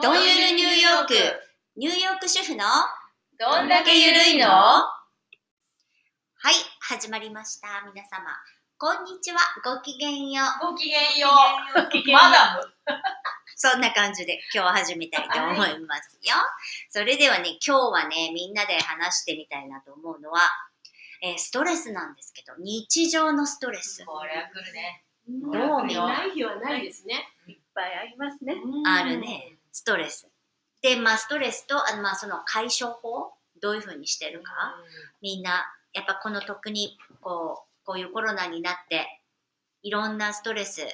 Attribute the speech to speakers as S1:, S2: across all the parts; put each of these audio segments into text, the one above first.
S1: どんゆるニューヨーク、ニューヨーク主婦の
S2: どんだけゆるいの
S1: はい、始まりました。皆様、こんにちは。ごきげんよう。
S2: ごきげんよう。マダム。
S1: そんな感じで今日は始めたいと思いますよ。それではね、今日はね、みんなで話してみたいなと思うのは、えーストレスなんですけど、日常のストレス。
S2: これは来るね。
S3: ど
S1: どう見よう
S3: ない日はないですね。いっぱいありますね。
S1: あるね、ストレス。で、まあ、ストレスと、あまあ、その解消法、どういうふうにしてるか。みんなやっぱこの特にこうこういうコロナになっていろんなストレス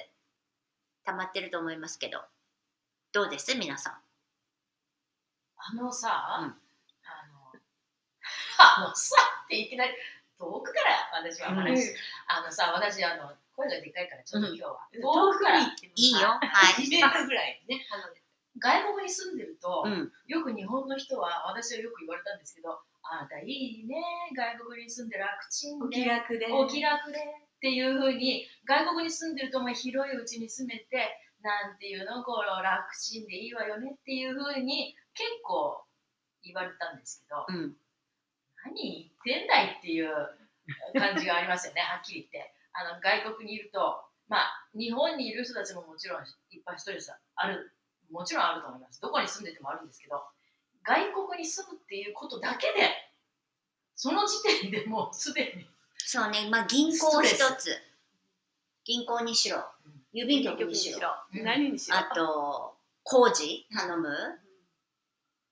S1: 溜まってると思いますけどどうです皆さん
S2: あのさ、
S1: うん
S2: あの、 あのさっていきなり遠くから私は
S3: うん
S2: 話し、あのさ、私あの声がでかいからちょっと今日は、遠
S3: 遠
S2: くか
S3: くからら
S2: 1
S3: 行っても
S1: いいよはい、
S2: メートルぐらいね。外国に住んでると、
S1: うん、
S2: よく日本の人は私はよく言われたんですけど、あなたいいね、外国に住んで楽ちん
S3: お気
S2: ね、
S3: 楽で。
S2: お気楽でっていうふうに外国に住んでるとまあ広いうちに住めてなんていうのこう楽ちんでいいわよねっていうふうに結構言われたんですけど
S1: うん、
S2: 何言ってんだいっていう感じがありますよね はっきり言ってあの外国にいるとまあ日本にいる人たちももちろんいっぱいストレスあるもちろんあると思いますどこに住んでてもあるんですけど外国に住むっていうことだけでその時点でもうすでに
S1: そうねまあ銀行一つ銀行にしろ郵便局にしろ
S2: うん
S3: 何にしろ。
S1: あと工事頼む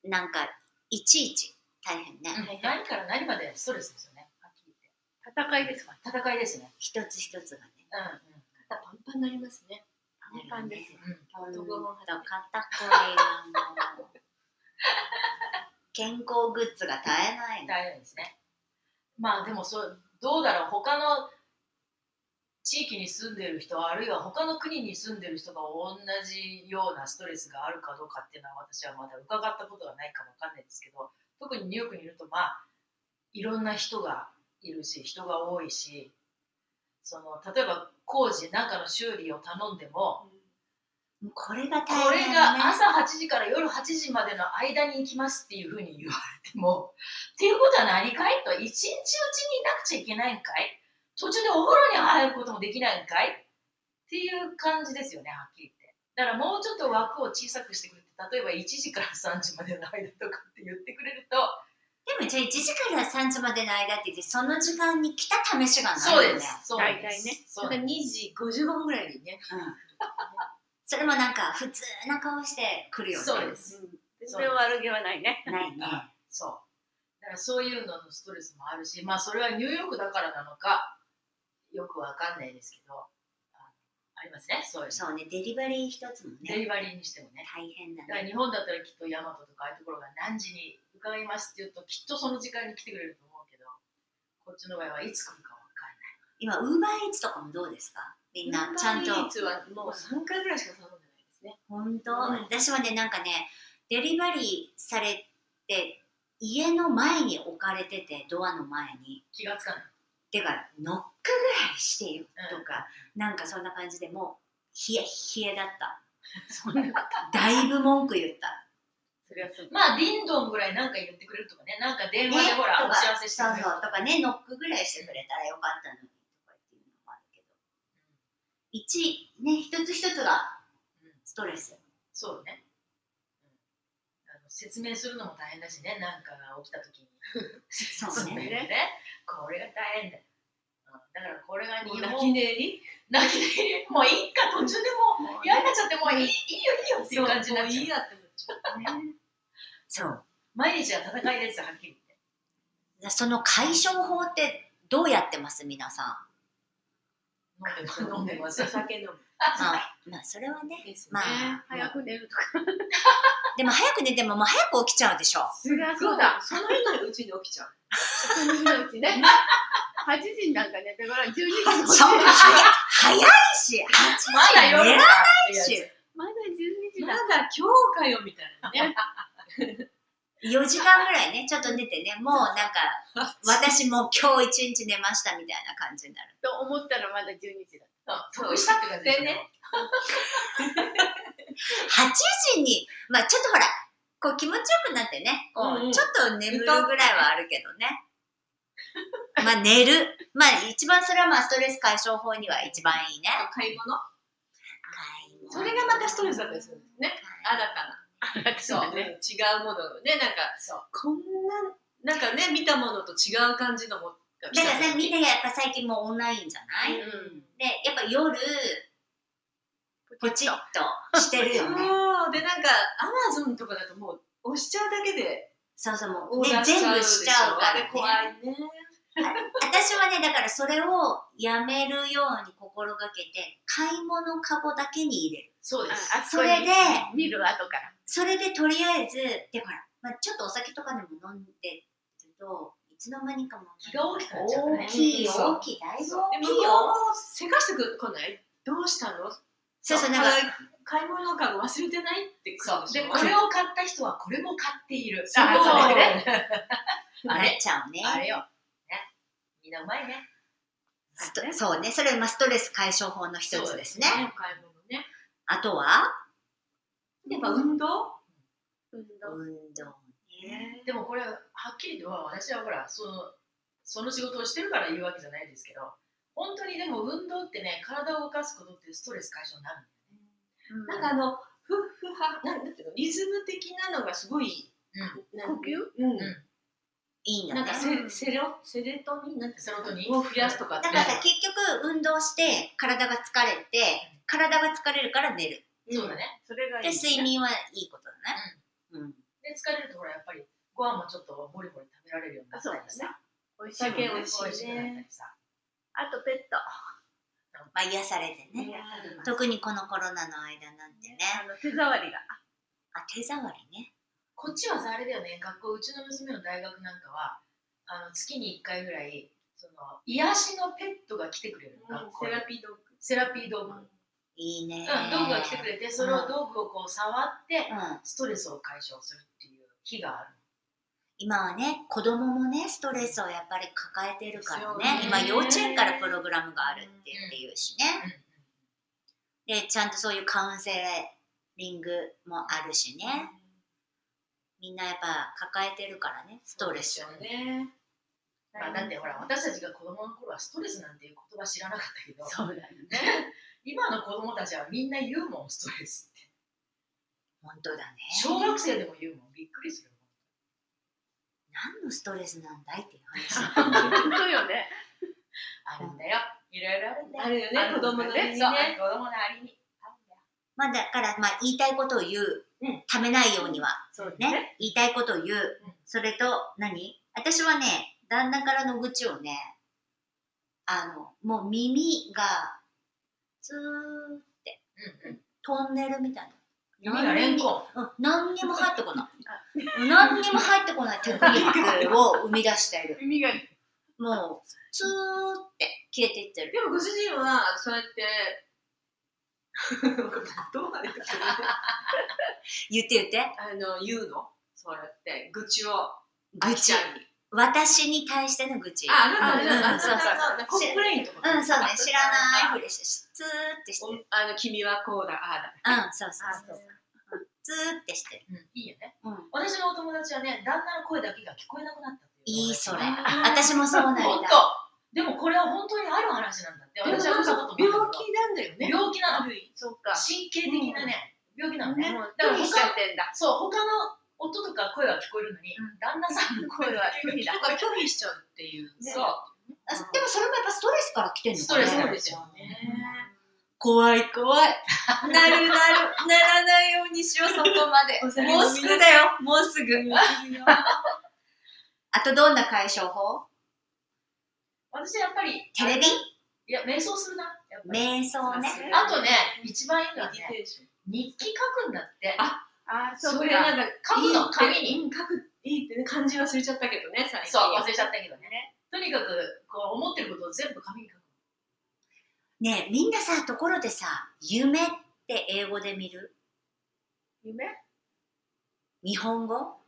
S1: なんかいちいち大変ね、
S2: うん何から何までストレスですよね。はっきり
S3: 戦いですか。
S2: 言って戦いですね。
S1: 一つ一つがね
S2: う
S3: 肩パンパンになりますね。パンパンです。
S2: んうん。
S1: 本当
S3: と
S1: 肩
S3: ころも
S1: こりがもう健康グッズが絶えないの
S2: 大変ですね。まあでもそうどうだろう他の地域に住んでる人あるいは他の国に住んでる人が同じようなストレスがあるかどうかっていうのは私はまだ伺ったことがないかもわかんないですけど特にニューヨークにいるとまあいろんな人がいるし人が多いしその例えば工事なんかの修理を頼んでも、
S1: これが
S2: こ
S1: 大
S2: れ
S1: 変
S2: が
S1: ね
S2: 朝8時から夜8時までの間に行きますっていうふうに言われてもっていうことは何かいと一日うちにいなくちゃいけないんかい途中でお風呂に入ることもできないんかいっていう感じですよねはっきり言ってだからもうちょっと枠を小さくしてくれて例えば1時から3時までの間とかって言ってくれると
S1: でもじゃあ1時から3時までの間ってその時間に来た試しがない
S2: そ
S1: よ
S2: う
S1: ね
S2: ですそう
S3: 大
S2: で
S3: 体
S2: す
S3: ね。
S2: そう
S3: だから二時五十五分ぐらいにね。
S1: それもなんか普通な顔して来るよね
S2: そうです
S3: それは悪気はないね。
S1: ないね
S2: そう。だからそういうののストレスもあるし、まあそれはニューヨークだからなのか、よくわかんないですけど、あありますね、そういうの。
S1: そうねデリバリー一つも
S2: デリ
S1: ね
S2: バリーにしてもね。
S1: 大変だ
S2: だから
S1: ね
S2: 日本だったらきっとヤマトとかああいうところが何時に伺いますって言うと、きっとその時間に来てくれると思うけど、こっちの場合はいつ来るかわか
S1: 今ウーバーイーツとかもどうですかみんなちゃんと
S3: ナンバーリーツはもう三回ぐらいしか頼んでないですね。
S1: 本当、
S3: うん
S1: 私はねなんかねデリバリーされて家の前に置かれててドアの前に
S2: んない。気がつかない。
S1: てかノックぐらいしてよとか、なんかそんな感じでもう冷え冷えだった
S2: そんな
S1: だいぶ文句言った
S3: それはそう。
S2: まあ、ディンドンぐらいなんか言ってくれるとかね、なんか電話でほら、
S1: ね
S2: お知らせして
S1: そう
S2: くれると
S1: そう
S2: か。
S1: とかねノックぐらいしてくれたらよかったのにとかっていうのもあるけど一ね一つ一つがストレス
S2: そうね、うんあの。説明するのも大変だしね、なんかが起きた時に。
S1: そうね
S3: ね
S2: これが大変だよ。うんだからこれが
S3: も
S2: 日
S3: う
S2: 本
S3: 泣き寝入り。
S2: 泣き寝入りもういいか途中でもう嫌になっちゃってもういいいいよいいよっていう感じになっ
S3: もういい
S2: ちゃう。
S3: やって思っちゃ
S1: そう
S2: 毎日は戦いですよはっきり
S1: その解消法ってどうやってます皆さん
S2: 言って。
S3: う。
S2: 飲んでます。
S3: お酒飲む。
S1: あまあそれはね
S3: ですね。
S1: まあ
S3: 早く寝るとか。
S1: でも早く寝てももう早く起きちゃうで しょ
S3: そりゃそうだ。その日のうちに起きちゃう。その日のうちね。8時になんか寝てから12時に起き
S1: そう
S3: て
S1: 早い早いし8時
S2: まだ
S1: に
S2: 夜
S1: 寝
S2: だ
S1: ら
S2: って
S1: ない
S2: やつ
S1: し
S3: まだ12時
S2: まやだ、今日かよみたいなね。
S1: 4時間ぐらいね、ちょっと寝てね、もうなん か、私もう今日一日寝ましたみたいな感じになる。
S3: と思ったらまだ12時だ。
S2: そう得したって感じだけど
S3: 全然ね。
S1: 8時に、まあちょっとほら、こう気持ちよくなってね、こ
S2: うんう
S1: う、
S2: ん
S1: ちょっと眠るぐらいはあるけどね。まあ寝る。まあ一番それはまあストレス解消法には一番いいね。
S4: 買い物
S1: はい
S4: それがまたストレスだったりするんですね。新たな。そう、ね、違うものをね、なんか、
S2: そう。
S4: こんな、なんかね、見たものと違う感じのものが来
S1: だから
S4: た
S1: さ、みんなやっぱ最近もうオンラインじゃない、で、
S3: うん
S1: やっぱ夜、ポチッとしてるよね。
S4: そう、で、なんか、アマゾンとかだともう、押しちゃうだけで、
S1: そうそう、も
S4: オ
S1: う、
S4: ーダ
S1: ね、
S4: ー
S1: 全部
S4: で
S1: し
S4: し
S1: ちゃうか
S4: あれ怖
S1: らね。
S4: いね。
S1: 私はね、だからそれをやめるように心がけて、買い物カゴだけに入れる。
S2: そうです。
S3: あ
S1: それで、
S3: 見る後から。
S1: それでとりあえず、で、ほら、まあ、ちょっとお酒とかでも飲んでると、いつの間にかもう
S2: 気が大きくなっちゃうね
S1: 大。きい、
S4: そう
S1: 大きい、だいぶ大
S4: で、向
S1: き
S4: こ
S1: いうよ。
S4: もせかしてくこないどうしたの
S1: そうそう、なんか、
S4: 買い物か忘れてないって
S2: そ
S4: 感
S2: う。
S4: じ
S2: で、
S4: で、
S2: こ
S4: こ
S2: れ
S4: れ
S2: を買った人はこれも買っている。
S3: そう
S2: だね。
S1: なっちゃうね。
S2: あれよ。ね。みんなうまいね。
S1: ストそうね、それ、まあ、ストレス解消法の一つですね。
S4: 買い物ね。
S1: あとは、
S4: やっぱ運動
S3: 運動
S1: 運動ね。
S2: でもこれはっきりとは私はほらそのその仕事をしてるから言うわけじゃないですけど本当にでも運動ってね体を動かすことってストレス解消になる
S4: なんかあの、ふっふは、なんだっていうの、リズム的なのがすごい、なん
S3: 呼吸
S4: うん
S1: いいんだね。
S4: なんか
S3: う
S4: セ
S3: ん
S4: セロセレトニンなんて
S2: セロトニン
S4: を増やすとかって
S1: だからさ、結局運動して体が疲れて体が疲れるから寝る
S2: そうだね
S3: それがいい
S1: で
S3: ね。
S1: 睡眠はいいことだね、うん
S2: で疲れるとほらやっぱりご飯もちょっとボリボリ食べられるようになったり
S3: そうだ
S2: さ
S3: 美味しい
S4: 酒
S3: もん
S4: 美
S3: ね
S4: 味しいね
S2: くなったりさ
S3: あとペット。
S1: まあ癒されてね、
S4: ね
S1: 特にこのコロナの間なんてね
S3: あの手触りが。
S1: あ手触りね
S2: こっちはさあれだよね学校うちの娘の大学なんかはあの月に1回ぐらいその癒しのペットが来てくれるの学校
S4: セ
S2: に
S4: ラピードッグ。
S2: セラピードッグ、うん、
S1: いいね
S2: 道具が来てくれてそれを道具をこう触って、
S1: うん、
S2: ストレスを解消するっていう日がある。
S1: 今はね子供もねストレスをやっぱり抱えてるからね
S4: ですよ
S1: 今
S4: ね
S1: 幼稚園からプログラムがあるって言って言うしね、でちゃんとそういうカウンセリングもあるしねみんなやっぱ抱えてるからねストレスを
S4: そうですよね。
S2: まあ、だってほら私たちが子供の頃はストレスなんていう言葉知らなかったけど
S3: そうだよね。
S2: 今の子供たちはみんな言うもんストレスって
S1: 本当だね
S2: 小学生でも言うもんびっくりする
S1: 何のストレスなんだいっていう
S3: 本
S1: 話
S3: 当よね。
S2: もんあるんだよいろいろあるんだよ
S4: あるよね
S2: の
S4: 子供のね
S2: そう子供のありにあるんだよ
S1: まあだから、まあ、言いたいことを言う、
S4: うん
S1: ためないようには
S4: そう
S1: ね言いたいことを言う、それと何私はね旦那からの愚痴をねあのもう耳がずーっ
S2: うんうん
S1: とトンネルみたいな
S2: 耳がレンコン
S1: うん何にも入ってこない何にも入ってこないテクニックを生み出している
S3: 耳が。
S1: もうツーって消えていってる
S4: でもご主人はそうやって どうなるか
S1: 言って言って
S4: あの言うのそうやって愚痴を
S1: 愚
S4: あき
S1: 痴
S4: ちゃんに
S1: 私に対しての愚痴
S4: ああなた
S1: うん
S4: あなたあな
S1: そうそう
S4: たあなたコンプレインとか
S1: うん、そうね、知らないふりして、ツーってして
S4: お
S1: る。うん、
S4: あの君はこうだああだ
S1: そうそうそう。ツーってしてる。
S2: うんいいよね
S1: うん。
S2: 私のお友達はね旦那の声だけが聞こえなくなったって
S1: いい、それ。
S4: あ
S1: 私もそうなんだ。
S2: 本当でもこれは本当にある話なんだって
S4: でも
S2: 私は
S4: な
S2: 見
S4: ん
S2: たこと
S4: か
S2: も
S4: 病
S2: ない
S4: 気なんだよね
S2: 病気なの
S4: ある意味
S3: そうか。
S2: 神経的なね、病気なのね、
S3: もう
S2: だから
S3: 何しちゃってんだ。
S2: そう他の音とか声は聞こえるのに、旦那さんの声は無理だ
S4: とか拒否しちゃうっていう
S2: ね
S4: そう
S1: あでもそれもやっぱストレスから来てるの
S2: ストレス
S4: そ
S2: な
S4: うんですよね
S1: 怖い怖い。 なるなる、ならないようにし よう、そこまで
S4: お酒
S1: もう
S4: 飲
S1: す
S4: み
S1: ぐ
S4: な
S1: だよ、もうすぐ。あとどんな解消法
S2: 私やっぱり
S1: テレビ
S2: いや瞑想するなやっぱり
S1: 瞑想ね。
S2: あとね一番いいのは
S4: メデ
S2: ね
S4: ィテーション
S2: 日記書くんだって
S4: あ
S3: ああ、そうか。
S4: それなんか
S2: 書くの
S4: いいって
S2: 紙に
S4: うん書くいいってね漢字忘れちゃったけどね最近
S2: そう忘れちゃったけどねとにかくこう思ってることを全部紙に書く
S1: ねえみんなさ、ところでさ、夢って英語で見る
S3: 夢
S1: 日本語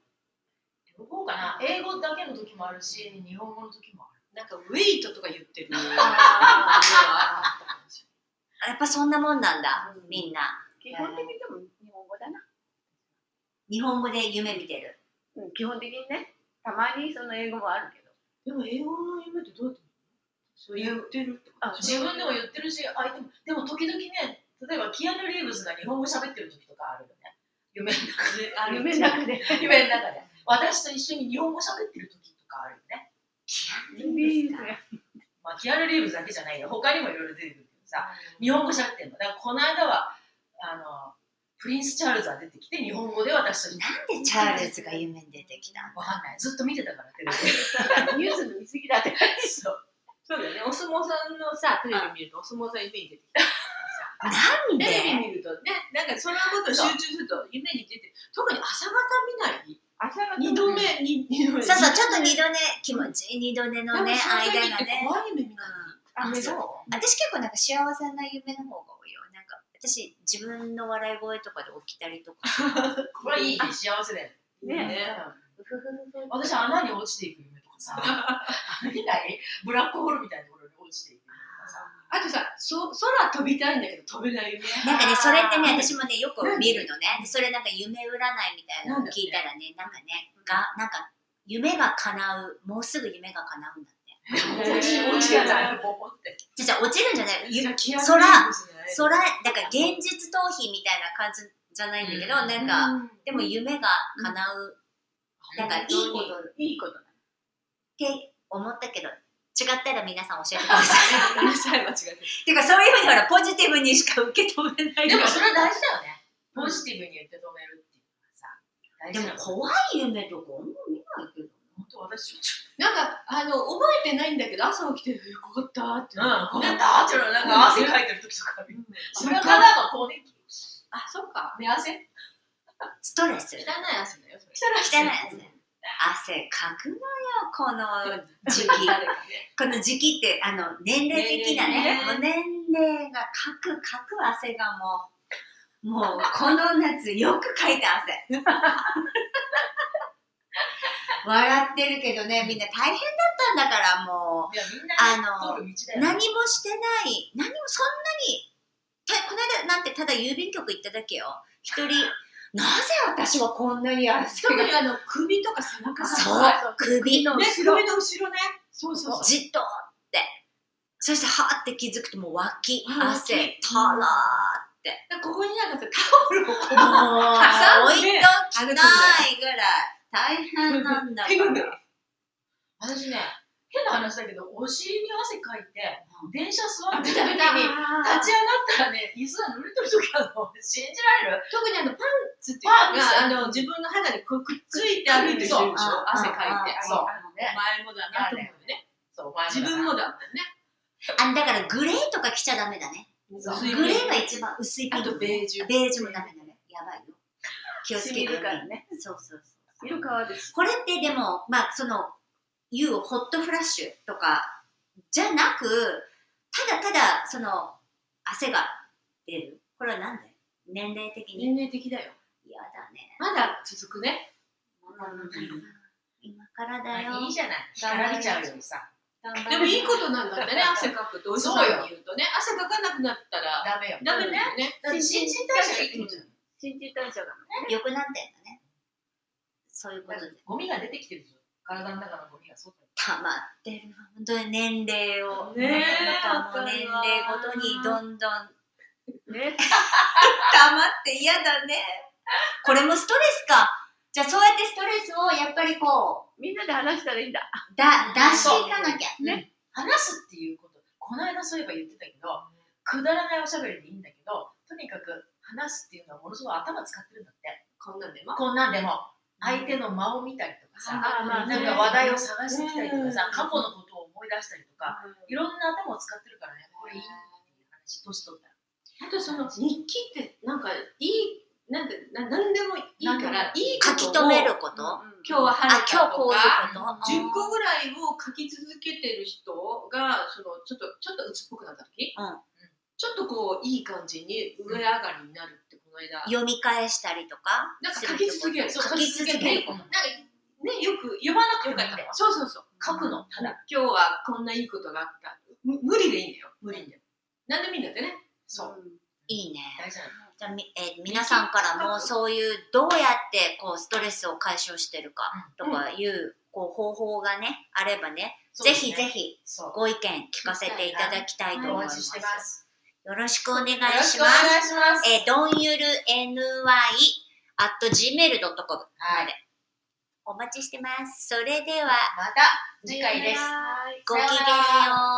S2: 両方かな英語だけの時もあるし日本語の時もある
S4: なんかウェイトとか言ってる。
S2: あ
S1: あやっぱそんなもんなんだ、
S3: うん
S1: みんな。
S3: 基本的にでも日本語だな。
S1: 日本語で夢見てる。
S3: うん、基本的にね。たまにその英語もあるけど。
S4: でも英語の夢ってどうやってそう言ってるってこ
S3: あ
S4: と
S2: 自分でも言ってるし相手もでも時々ね例えばキアヌ・リーブスが日本語喋ってる時とかあるよね夢の中で ある
S3: 夢の中で。
S2: 夢の中で私と一緒に日本語喋ってる時とかあるよね
S3: リーズ
S2: まあ、キアヌ・リーブスだけじゃないよ他にもいろいろ出てくるけどさ日本語喋ってるのだからこの間はあのプリンス・チャールズが出てきて日本語で私と
S1: なんでチャールズが夢に出てきたの
S2: わかんないずっと見てたからテレビ
S3: ニュースの見過ぎだって。
S2: でそう
S4: そうだよね。お相撲さんのさ、テレビ見るとお相撲さん夢に出てきたりさ。
S1: なんで
S4: テレビ見るとね、なんかそんなこと集中すると夢に出て、特に朝方見ない
S3: 朝方
S4: 二度目、に二度目。
S1: そうそう、ちょっと二度寝、気持ちいい二度寝
S4: で
S1: の
S4: も
S1: ね、
S4: その時
S1: 間
S4: っ
S1: が
S4: て
S1: ね。
S4: 怖い夢見ない。
S1: あ
S3: あ、
S1: そう
S3: そう。
S1: 私結構なんか幸せな夢の方が多いよ。なんか私、自分の笑い声とかで起きたりとか。
S2: これいいね幸せだよ
S3: ね
S2: ね私穴に落ちていく夢とかさ見ないブラックホールみたいなところに落ちていく夢とかさ
S4: あとさ、そ空飛びたいんだけど飛べない夢。
S1: なんかね、それってね、
S3: あー
S1: 私もね、よく見るのね。でそれなんか夢占いみたいなのを聞いたらね、なんかね、が、なんか、夢が叶う、もうすぐ夢が叶うんだって。
S4: へー
S2: 落ち落ちるじゃんポポって
S1: じゃあ落ちるんじゃないゆ
S4: 空、
S1: 空空、だから現実逃避みたいな感じじゃないんだけど、
S2: うん
S1: なんか、
S4: なんか、
S1: でも夢が叶う、なんかいいことっ
S3: いいことだ。
S1: て思ったけど、違ったら皆さん教えてく ださい。
S4: ごめんなさい、間違えて
S1: ていうかそういうふうにほら、ポジティブにしか受け止めない
S2: で
S1: か
S2: も
S1: ら。
S2: それは大事だよねポジティブに受け止めるっていうのはさ大
S1: で
S2: 事だ
S1: も
S2: よね
S1: 怖い夢とかあんま見ないけど。
S2: 本当私しょっちゅ
S4: なんか、あの、覚えてないんだけど、朝起きて、よかったって。
S2: ううんなんだっていうのはなんか汗かいてる時とかあるそれはただの更年期
S4: あ、そっか。
S2: 寝汗
S1: ストレス
S4: 汚。い汗だよ、そ
S1: 汚
S4: れ。
S1: い汗。汗かくのよ、この時 期。
S4: 誰かね。
S1: この時期って、あの、年齢的なね、もう年齢がかくかく汗がもう、もうこの夏よくかいた 汗。笑ってるけどね、みんな大変だったんだからも
S2: いやみんな
S1: あ
S2: ね
S1: の
S2: 通る道だよ
S1: う、
S2: ね
S1: 何もしてない、何もそんなに、たこの間なんてただ郵便局行っただけよ。一人、 なぜ私はこんなに汗
S4: 特
S1: が。
S4: にあの、首とか背中が。
S1: そう、首の
S4: ね、
S1: 後ろ
S4: 首。の後ろね。そうそうそう。
S1: じっとって。そして、はーって気づくと、もう脇、
S4: 脇
S1: 汗、たらーって。
S4: ここになんかさ、タオルを こう
S1: もう、
S4: 挟
S1: 置
S4: ん
S1: い
S4: で
S1: ときな
S4: 歩く
S1: い
S4: んだよ
S1: ぐらい。大変なん だか
S4: 手首。
S1: ら。
S2: 私ね変な話だけどお尻に汗かいて電車座って
S4: ベ
S2: た時
S4: タベ
S2: に
S4: タに。
S2: 立ち上がったらね、椅子が濡れてる時あるの。信じられる
S4: 特にあの、パンツっていうのが、あの、自分の肌にこうくっついて歩いてる人いるでし
S1: そう
S4: ょ。汗かいて。
S1: あ
S2: そう
S3: あのね。
S4: 前もだなと思うよね。
S2: そう、前
S4: 自分
S2: も。
S4: もだもんね。
S1: あ、だから、グレーとか着ちゃダメだね。
S2: そう
S1: グレーが一番薄いピンク。
S4: あとベージュ
S1: ベージュもダメだね。やばいよ。気をつけ
S3: 染み
S1: て
S3: るからね。
S1: そうそうそう。
S3: 色変わるし。
S1: これってでも、まあ、その、言うホットフラッシュとかじゃなく、ただただ、その、汗が出る。これはなんで年齢的に。
S4: 年齢的だよ。
S1: 嫌だね。
S4: まだ続くね。
S1: 今からだよ
S2: まあ。いいじゃない。干からびちゃうよりさ。
S1: 頑張る
S4: でもいいことなんだってね、 汗かくと、お医者さんに言うとね、汗かかなくなったら、
S2: ダメよ。
S4: ダメだよね。
S2: だって新陳代謝がいいってことじゃん。
S3: 新陳代謝がね。
S1: 良くなってんだね。そういうことで。
S2: ゴミが出てきてるでしょ。体の中のゴミがそうだよ。
S1: 溜まってる。本当に年齢を。
S4: ねえ
S1: なんかもう年齢ごとにどんどん
S3: ね。
S1: 黙って嫌だね。これもストレスか。じゃあそうやってストレスをやっぱりこ
S3: みんなで話したらいいんだ。
S1: う、だ、出していかなきゃ。ね。
S2: 話すっていうこと。この間そういえば言ってたけど、くだらないおしゃべりでいいんだけど、とにかく話すっていうのはものすごい頭使ってるんだって。
S4: こんなんでも。
S2: こんなんでも、相手の間を見たりとかさ、
S3: あまあ
S2: なんか話題を探してきたりとかさ、過去のことを思い出したりとか、い
S4: あ
S2: ろんな頭を使ってるからね、これいいっていう話、年取ったら。
S4: とその日記ってなんかいいなんてな何でもいいからいい
S1: 書
S4: こ
S1: き
S4: とを
S1: 留めること。あ、
S4: 今日は晴れ
S1: 今日
S4: た
S1: ことういう
S4: か
S1: こと。
S4: 10個ぐらいを書き続けてる人がそのちょっとちょっと鬱っぽくなった時、
S1: うん
S4: ちょっとこういい感じに上上がりになるってこ
S2: の間。
S1: 読み返したりとか
S2: なんか書き続ける。
S1: 書き続ける
S2: なんかね、よく読まなくてよかったね。そうそうそう。書くの、ただ。今日はこんないいことがあった。む無理でいいんだよ。無理で。何でもいいんだってね。そう。
S3: ん
S1: いいね
S2: 大事なの。
S1: じゃあみ、えー皆さんからもそういうどうやってこうストレスを解消してるかとかいう,、こう方法がねあればね
S2: そう
S1: ぜ
S2: です
S1: ひ
S2: ね
S1: ぜひ
S2: そう。
S1: ご意見聞かせていただきたい
S2: お
S1: と思いま
S2: 待
S1: す
S2: ちしてます。
S1: よろしくお願いし
S2: よろ
S1: ま
S2: し
S1: す
S2: くお願いします。
S1: えー、どんゆる ny at gmail.com
S2: はい。
S1: お待ちしてますそれでは
S2: また次回です。
S3: はい
S1: ごきげん
S2: さような
S1: よう